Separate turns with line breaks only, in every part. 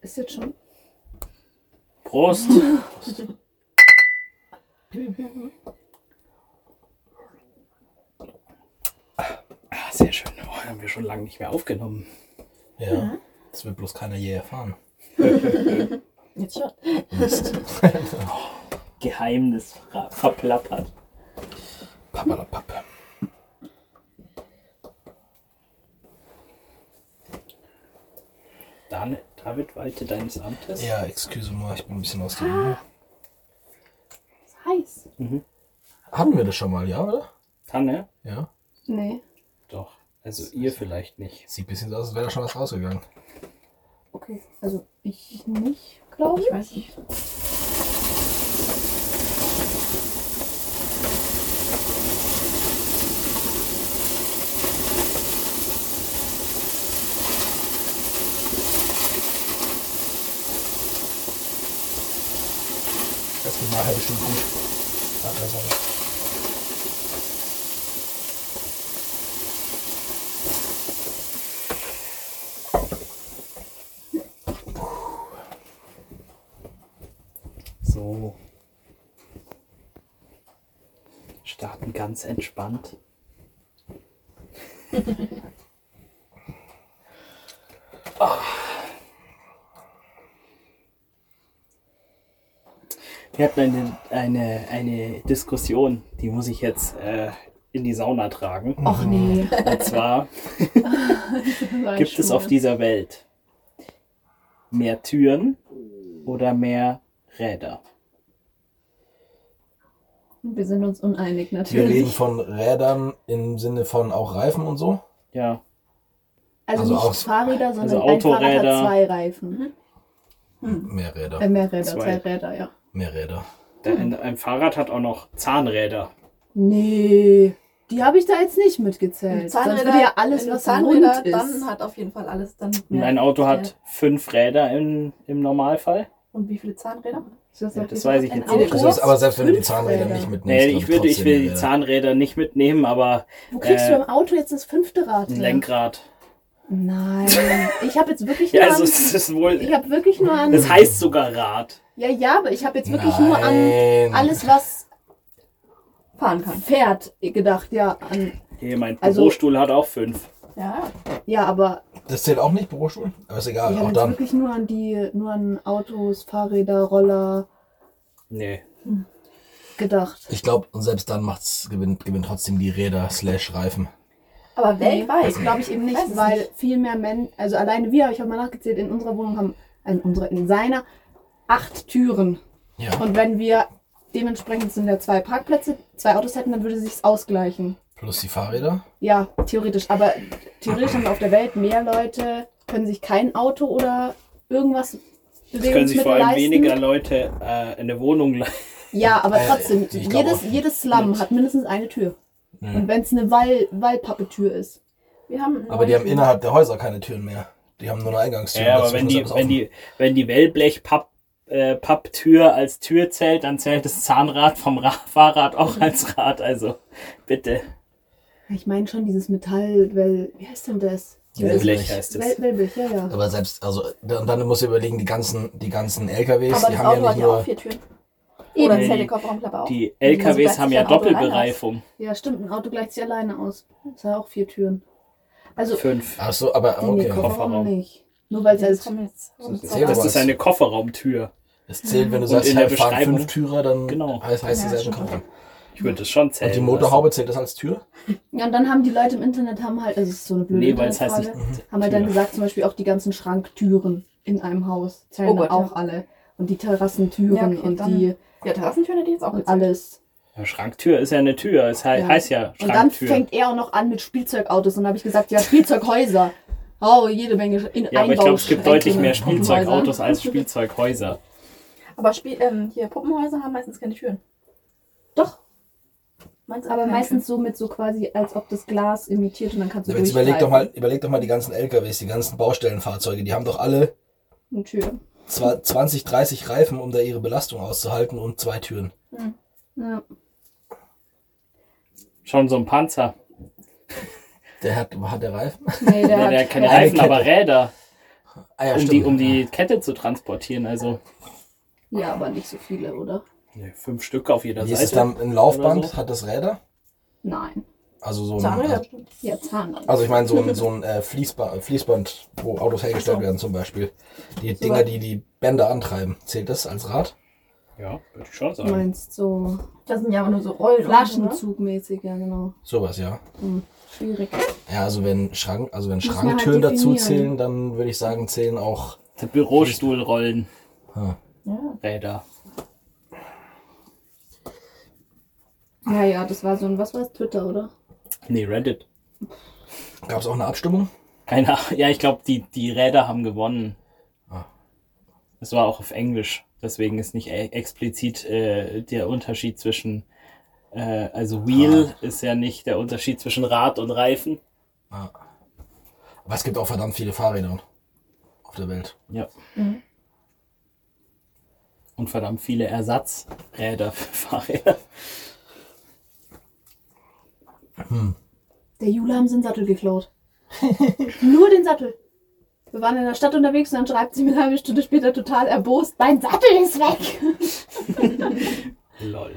Ist jetzt schon?
Prost! Ah, Sehr schön. Oh, haben wir schon lange nicht mehr aufgenommen.
Ja. Das wird bloß keiner je erfahren.
Jetzt schon.
Mist.
Geheimnis ver verplappert.
Pappalapapp.
Dan David walte deines Amtes.
Ja, excuse moi, ich bin ein bisschen aus dem
Ah.
Ruhe.
Ist heiß.
Hatten wir das schon mal, ja, oder?
Mhm. Tanne?
Ja.
Nee.
Doch. Also ihr vielleicht nicht.
Sieht ein bisschen so aus, als wäre da schon was rausgegangen.
Okay. Also ich nicht, glaube ich. Ich weiß nicht.
Das wird nachher bestimmt gut. Nach der Sonne.
So. Starten ganz entspannt. Ah. Wir hatten eine, eine, eine Diskussion, die muss ich jetzt äh, in die Sauna tragen.
Ach nee.
Und zwar gibt es auf dieser Welt mehr Türen oder mehr Räder?
Wir sind uns uneinig,
Wir reden
natürlich.
von Rädern im Sinne von auch Reifen und so.
Ja,
Also,
also
nicht
aus-
Fahrräder, sondern ein Fahrrad
Autoräder.
hat zwei Reifen.
Hm.
Mehr Räder.
Äh, mehr Räder, zwei.
Zwei.
Räder, ja.
Mehr Räder.
Hm.
der, ein, ein Fahrrad hat auch noch Zahnräder.
Nee. Die habe ich da jetzt nicht
Äh,
mitgezählt. Sonst würde ja alles,
wenn du
was
Zahnräder,
rund ist.
dann hat auf jeden Fall alles dann
Und ein Auto hat fünf Räder im, im Normalfall.
Und wie viele Zahnräder?
Ist das,
Ja,
auf
das
jeden
weiß ich
Fall ein
jetzt nicht.
Auto?
Das ist Also aber selbst wenn du die
fünf
Zahnräder
Räder.
nicht mitnimmst.
Nee, ich
glaub
würde, ich
trotzdem
will die
Räder.
Zahnräder nicht mitnehmen, aber
Wo kriegst
Äh,
du im Auto jetzt das fünfte Rad?
ein
her?
Lenkrad.
Nein. Ich habe jetzt wirklich nur.
Ja, also
an,
es ist wohl.
ich habe wirklich nur an.
Es heißt sogar Rad.
Ja, ja, aber ich habe jetzt wirklich nur an
Nein.
alles, was
Fahren kann.
fährt, gedacht. Ja, an,
Hier, mein
Also-
Bürostuhl hat auch fünf.
Ja.
ja aber
Das zählt auch nicht, Bürostuhl? Aber ist egal,
ich habe
auch
jetzt
dann.
wirklich nur an die, nur an Autos, Fahrräder, Roller
Nee.
gedacht.
Ich glaube, selbst dann macht's, gewinnt, gewinnt trotzdem die Räder slash Reifen.
Aber weltweit.
Das glaube ich eben nicht,
Weiß es
weil
nicht.
viel mehr Menschen, also alleine wir, ich habe mal nachgezählt, in unserer Wohnung haben, in, unserer, in seiner, acht Türen.
Ja.
Und wenn wir dementsprechend sind ja zwei Parkplätze, zwei Autos hätten, dann würde sich's ausgleichen.
Plus die Fahrräder.
Ja, theoretisch. Aber theoretisch haben wir auf der Welt mehr Leute, können sich kein Auto oder irgendwas
Es können sich vor allem
leisten.
weniger Leute äh, eine Wohnung leisten.
Ja, aber
Äh,
trotzdem,
ich glaub
jedes,
auch.
jedes Slum hat mindestens eine Tür.
Mhm.
Und wenn es eine Wall, Wallpappetür ist.
Wir haben
Aber die haben
neulich-
innerhalb der Häuser keine Türen mehr. Die haben nur eine Eingangstür.
Ja, aber
Dazwischen
wenn
ist
die,
alles
wenn
offen.
die, wenn die Wellblech-Papp. äh, Papptür als Tür zählt, dann zählt das Zahnrad vom Ra Fahrrad auch als Rad. Also bitte.
Ich meine schon dieses Metall, well, wie heißt denn das?
Wellblech.
Wellblech heißt es.
Well, Wellblech, ja, ja.
Aber selbst, also, dann, dann musst du überlegen, die ganzen, die ganzen LKWs,
Aber
die
das
haben
Auto
ja
hat
nicht
ja auch
nur.
vier Türen.
Eben.
Oder zählt
Nee.
der Kofferraumklappe auch?
Die
Also
LKWs
bleibt
haben
sich
ja
ein Auto alleine
Doppelbereifung.
Ja, stimmt, ein Auto gleicht sich alleine aus. Das hat auch vier Türen. Also,
Fünf.
Ach so, aber
den
okay.
Kofferraum
Kofferraum.
nicht. Nur halt weil es
Ja, das
als
kommen jetzt.
Also,
zählt
Das
aber
ist
als-
eine Kofferraumtür.
Es zählt, wenn
Und
du sagst,
in der
hey, fahren
Beschreibung-
fünf Türer, dann
Genau. Äh,
heißt, heißt
Ja,
es ja,
schon.
Kofferraum.
Ich würde es schon zählen.
Und die
lassen.
Motorhaube zählt das als Tür?
Ja, und dann haben die Leute im Internet haben halt, also es ist so eine blöde
Nee, weil es heißt
Internetfrage,
Mhm.
nicht.
haben halt dann
Tür.
gesagt, zum Beispiel auch die ganzen Schranktüren in einem Haus zählen
Oh Gott,
auch
ja.
alle. Und die Terrassentüren
Ja, okay,
und
dann-
die
Ja, Terrassentüren hätte ich jetzt auch
und
gezählt.
alles.
Ja, Schranktür ist ja eine Tür. Es he
Ja.
heißt ja
Und dann
Schranktür.
fängt er auch noch an mit Spielzeugautos und da habe ich gesagt, ja, Spielzeughäuser. Oh, jede Menge Sch- in
ja, aber ich glaube, es
Einbauschränke.
gibt deutlich mehr Spielzeugautos
Puppenhäuser.
als Spielzeughäuser.
Aber Spiel, ähm, hier Puppenhäuser haben meistens keine Türen.
Doch,
Meinst du
aber
keine
meistens so mit so quasi, als ob das Glas imitiert und dann kannst du
Jetzt überleg
durchgreifen.
doch, mal, überleg doch mal die ganzen LKWs, die ganzen Baustellenfahrzeuge, die haben doch alle
Eine Tür.
zwar 20, 30 Reifen, um da ihre Belastung auszuhalten und zwei Türen.
Ja.
Schon so ein Panzer.
Der hat, hat der Reifen?
Nee, der,
Ja, der
hat
hat keine
keine
Reifen,
Kette.
aber Räder.
Ah, ja,
um,
stimmt.
die, um die Kette zu transportieren. Also
Ja, aber nicht so viele, oder?
ne, fünf Stück auf jeder
Wie ist es
Seite.
dann ein Laufband?
Oder so.
Hat das Räder?
Nein.
Also so
Zahnräder.
ein,
Ja, Zahnrad.
also ich meine so ein, so ein äh, Fließband, Fließband, wo Autos hergestellt
Ach so.
werden zum Beispiel. Die Dinger, die die Bänder antreiben, zählt das als Rad?
Ja, würde ich schon
Du
sagen.
meinst so
Das sind ja aber nur so Rollen. oder?
Flaschenzugmäßig, ja genau. Hm.
Sowas ja.
Schwierig.
Ja, also wenn Schrank, also wenn
Muss man
Schranktüren
halt
dazu
definieren.
zählen, dann würde ich sagen zählen auch. hm.
Der Bürostuhlrollen.
Ha.
Ja.
Räder.
Ja, ja, das war so ein, was war es, Twitter, oder?
Nee, Reddit.
Gab es auch eine Abstimmung?
Keine Ahnung. Ja, ich glaube, die, die Räder haben gewonnen.
Ah.
Es war auch auf Englisch. Deswegen ist nicht e- explizit äh, der Unterschied zwischen. Äh, also, Wheel ist ja nicht der Unterschied zwischen Rad und Reifen.
Aber es gibt auch verdammt viele Fahrräder auf der Welt.
Ja.
Mhm.
Und verdammt viele Ersatzräder für Fahrräder.
Der Jule haben sie den Sattel geklaut. Nur den Sattel. Wir waren in der Stadt unterwegs und dann schreibt sie mir eine halbe Stunde später total erbost, mein Sattel ist weg.
Lol.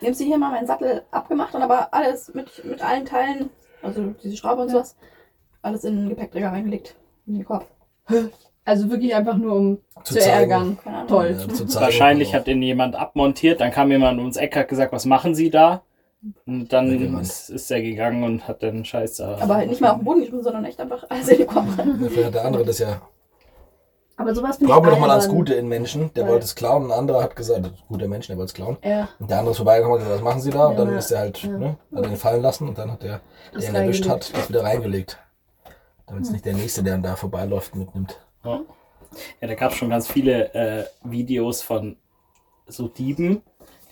Die haben sie hier mal meinen Sattel abgemacht und aber alles mit, mit allen Teilen, also diese Schraube und sowas, alles in den Gepäckträger reingelegt. In den Korb.
Also wirklich einfach nur um
Zu
zu,
zeigen.
ärgern.
Keine Ahnung.
Toll.
Äh, zu zeigen,
Wahrscheinlich hat ihn jemand abmontiert, dann kam jemand ums Eck, hat gesagt, was machen Sie da? Und dann
Weggerannt.
ist, ist er gegangen und hat dann Scheiß da.
Aber halt nicht mal auf den Boden geschmissen, sondern echt einfach alles in den Korb rein.
Vielleicht hat der andere das ja.
Aber sowas finde ich
Glauben wir doch mal ans
albern.
Gute in Menschen. Der
Weil-
wollte es klauen, ein anderer hat gesagt, das ist ein guter Mensch, der wollte es klauen.
Ja,
Und der andere ist vorbeigekommen und hat gesagt, was machen Sie da? Und
Ja,
dann
na,
ist er halt,
ja.
ne, hat er ihn fallen lassen und dann hat der, der
Ist
ihn erwischt
reingelegt.
hat, das wieder reingelegt. Damit es nicht der Nächste, der da vorbeiläuft, mitnimmt.
Ja, ja da gab es schon ganz viele äh, Videos von so Dieben,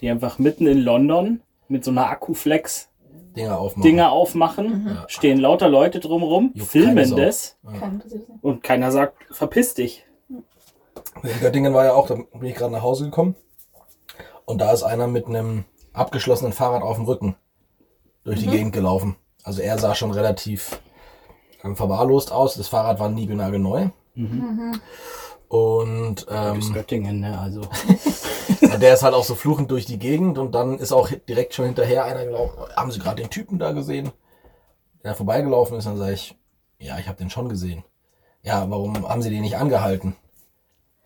die einfach mitten in London mit so einer Akkuflex
Dinger aufmachen.
Dinger aufmachen,
Mhm. Ja.
stehen lauter Leute drumrum,
Juckt keine
filmen
Sau.
das
Kein interessiert das nicht.
und keiner sagt, verpiss dich.
In Göttingen war ja auch, da bin ich gerade nach Hause gekommen. Und da ist einer mit einem abgeschlossenen Fahrrad auf dem Rücken durch die Gegend gelaufen. Also er sah schon relativ ähm, verwahrlost aus. Das Fahrrad war nie neu. Und
Das
ähm,
Göttingen, ne? Also.
der ist halt auch so fluchend durch die Gegend und dann ist auch direkt schon hinterher einer gelaufen. Haben Sie gerade den Typen da gesehen? Der vorbeigelaufen ist, dann sage ich, ja, ich habe den schon gesehen. Ja, warum haben Sie den nicht angehalten?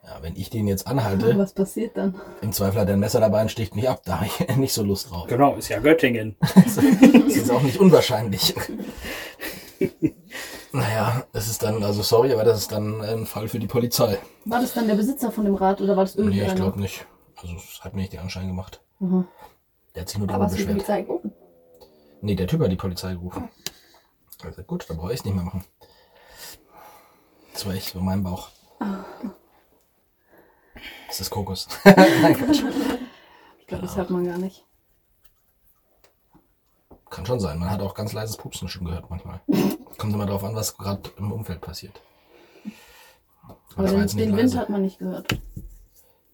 Ja, wenn ich den jetzt anhalte,
was passiert dann?
im Zweifel hat er ein Messer dabei und sticht mich ab. Da habe ich nicht so Lust drauf.
Genau, ist ja Göttingen.
Das ist jetzt auch nicht unwahrscheinlich. naja, das ist dann, also sorry, aber das ist dann ein Fall für die Polizei.
War das dann der Besitzer von dem Rad oder war das
Nee,
irgendeiner?
ich glaube nicht. Also es hat mir nicht den Anschein gemacht.
Mhm.
Der hat sich nur darüber
Aber hast du die
beschwert.
Polizei gerufen?
Nee, der Typ hat die Polizei gerufen. Also gut, dann brauche ich es nicht mehr machen. Das war echt so mein Bauch. Das ist Kokos.
Ich glaube, das hört man gar nicht.
Kann schon sein. Man hat auch ganz leises Pupsen schon gehört manchmal. Kommt immer darauf an, was gerade im Umfeld passiert.
Aber
Das war
den,
jetzt nicht
den Wind
leise.
hat man nicht gehört.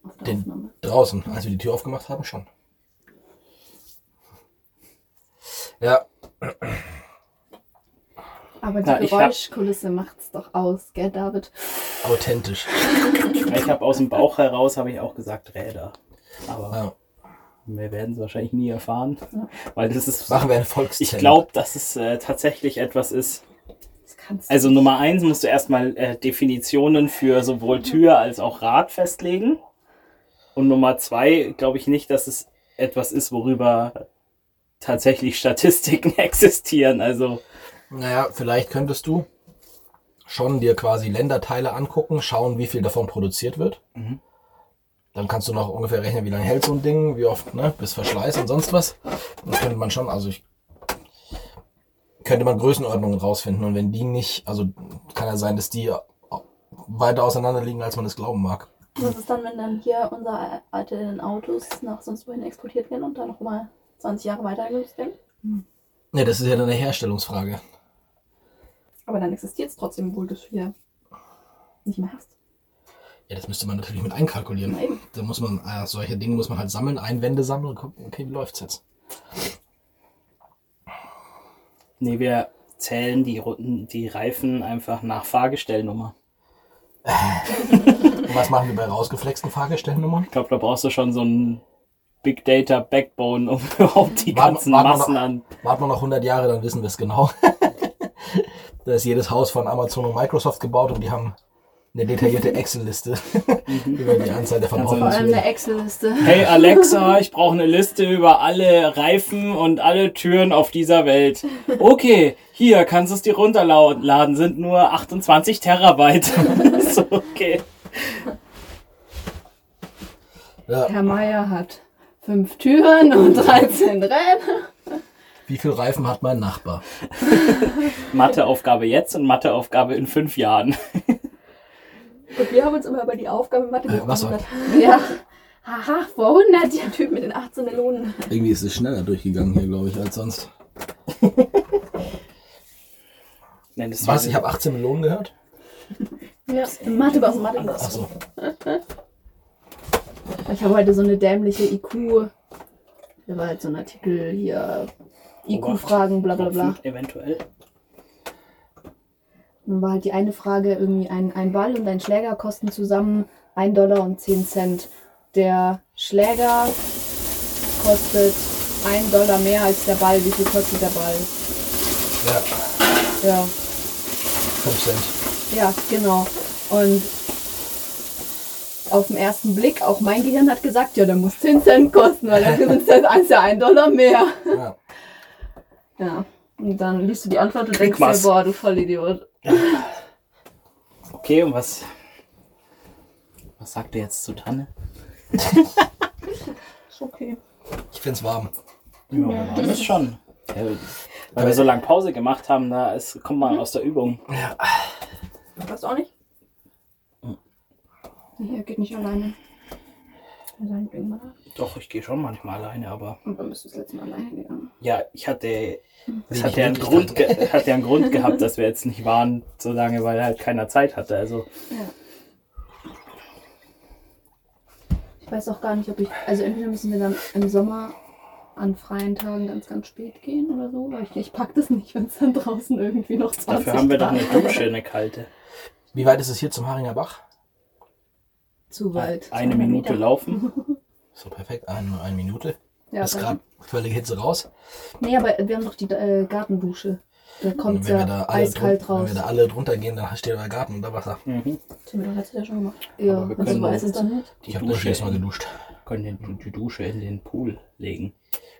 Auf der
Den-
Aufnahme.
Draußen, als wir die Tür aufgemacht haben, schon. Ja,
Aber die
Ja, ich hab-
Geräuschkulisse macht's doch aus, gell, David?
authentisch.
Ich habe aus dem Bauch heraus, habe ich auch gesagt, Räder. Aber
Ja.
wir werden es wahrscheinlich nie erfahren, weil das ist
Machen wir ein Volkszelt.
Ich glaube, dass es äh, tatsächlich etwas ist.
Das kannst du.
Also Nummer eins musst du erstmal äh, Definitionen für sowohl Tür als auch Rad festlegen. Und Nummer zwei glaube ich nicht, dass es etwas ist, worüber tatsächlich Statistiken existieren. Also
Naja, vielleicht könntest du schon dir quasi Länderteile angucken, schauen, wie viel davon produziert wird.
Mhm.
Dann kannst du noch ungefähr rechnen, wie lange hält so ein Ding, wie oft, ne, bis Verschleiß und sonst was. Das könnte man schon, also ich könnte man Größenordnungen rausfinden und wenn die nicht, also kann ja sein, dass die weiter auseinander liegen, als man es glauben mag.
Was ist dann, wenn dann hier unsere alten Autos nach sonst wohin exportiert werden und dann nochmal 20 Jahre weiter genutzt werden?
Ne, das ist ja dann eine Herstellungsfrage.
Aber dann existiert es trotzdem, obwohl du es wieder nicht mehr hast.
Ja, das müsste man natürlich mit einkalkulieren.
Nein.
Da muss man, äh, solche Dinge muss man halt sammeln, Einwände sammeln und gucken, okay, wie läuft's jetzt?
nee, wir zählen die, Runden- die Reifen einfach nach Fahrgestellnummer.
Und was machen wir bei rausgeflexten Fahrgestellnummern?
Ich glaube, da brauchst du schon so einen Big Data Backbone, um überhaupt die
Warten-
ganzen
warten wir
Massen
noch.
an.
Warten wir noch 100 Jahre, dann wissen wir es genau. da ist jedes Haus von Amazon und Microsoft gebaut und die haben eine detaillierte Excel-Liste über die Anzahl der
Vor allem eine
Verbraucher.
Excel-Liste.
Hey Alexa, ich brauche eine Liste über alle Reifen und alle Türen auf dieser Welt. Okay, hier kannst du es dir runterladen, sind nur 28 Terabyte. Ist okay.
Ja,
Herr Meier hat fünf Türen und 13 Räder.
wie viel Reifen hat mein Nachbar?
Matheaufgabe jetzt und Matheaufgabe in fünf Jahren.
Und wir haben uns immer über die Aufgabe Mathe
Äh, was
gewundert.
Ja. Haha, vor 100
Der
Jahren.
Typ mit den 18 Melonen.
Irgendwie ist es schneller durchgegangen hier, glaube ich, als sonst.
Nein, das
Was?
war-
Ich habe 18 Millionen gehört?
Ja, Mathe war Mathe.
Ach so.
Ich habe heute so eine dämliche IQ. Da war halt so ein Artikel hier.
Oh Gott.
IQ-Fragen, bla bla bla.
Eventuell.
Nun war halt die eine Frage irgendwie, ein, ein Ball und ein Schläger kosten zusammen 1 Dollar und 10 Cent. Der Schläger kostet 1 Dollar mehr als der Ball. Wie viel kostet der Ball?
Ja,
Ja,
5 Cent.
ja, genau. Und auf den ersten Blick, auch mein Gehirn hat gesagt, ja, der muss 10 Cent kosten, weil der 10 Cent ist halt ja 1 Dollar mehr.
Ja.
Ja. Und dann liest du die Antwort und
Krieg
denkst dir,
was.
boah, du Vollidiot.
Okay, und was. Was sagt ihr jetzt zu Tanne?
Ist okay.
Ich finde es warm.
Ja, das schon. Weil wir so lange Pause gemacht haben, da ist, kommt man aus der Übung.
Weißt du auch nicht?
Nee, er geht nicht alleine.
Sein Ding mal.
Doch, ich gehe schon manchmal alleine, aber.
Und dann bist du das letzte Mal alleine gegangen.
Ja, ich hatte. Es
Wenig
hat ja, einen Grund ge es hat ja einen Grund gehabt, dass wir jetzt nicht waren, so lange, weil halt keiner Zeit hatte. Also,
Ich weiß auch gar nicht, ob ich. Also entweder müssen wir dann im Sommer an freien Tagen ganz, ganz spät gehen oder so. Weil ich, ich pack das nicht, wenn es dann draußen irgendwie noch 20
dafür haben wir doch
Grad
eine Dusche, eine kalte.
Wie weit ist es hier zum Haringer Bach?
Zu weit.
Eine Minute laufen.
So perfekt, eine, nur eine Minute.
Ja,
ist
dann-
gerade völlige Hitze raus.
Nee, aber wir haben doch die äh, Gartendusche. Da kommt
Und
ja
wir da alle
eiskalt
drun-
raus.
Wenn wir da alle drunter gehen, dann steht der Garten unter Wasser.
Mhm.
Zumindest hat es ja schon gemacht.
ja.
aber wir
Und so
Also-
weiß es dann nicht.
Die
ich habe das
Dusche,
jedes Mal
in,
geduscht.
können den, die Dusche in den Pool legen.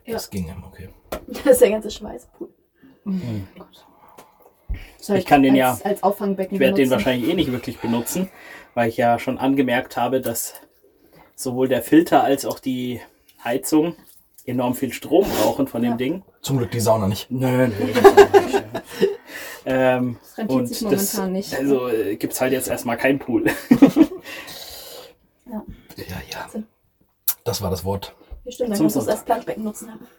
Ja.
Das ging ja, okay.
Das ist der ganze Schweißpool.
Ist halt
Ich kann den
als,
ja-
Als Auffangbecken
Ich werde den
benutzen.
wahrscheinlich eh nicht wirklich benutzen, weil ich ja schon angemerkt habe, dass sowohl der Filter als auch die Heizung enorm viel Strom brauchen von dem Ding.
Zum Glück die Sauna nicht.
Nö, nö. das ist auch nicht, ja. ähm,
Das rentiert
und
sich
das,
momentan nicht.
Also äh, gibt es halt jetzt erstmal keinen Pool.
Ja, ja. Das war das Wort.
Ja, stimmt, dann
Zum
kannst du das
Sonntag.
als Planschbecken nutzen.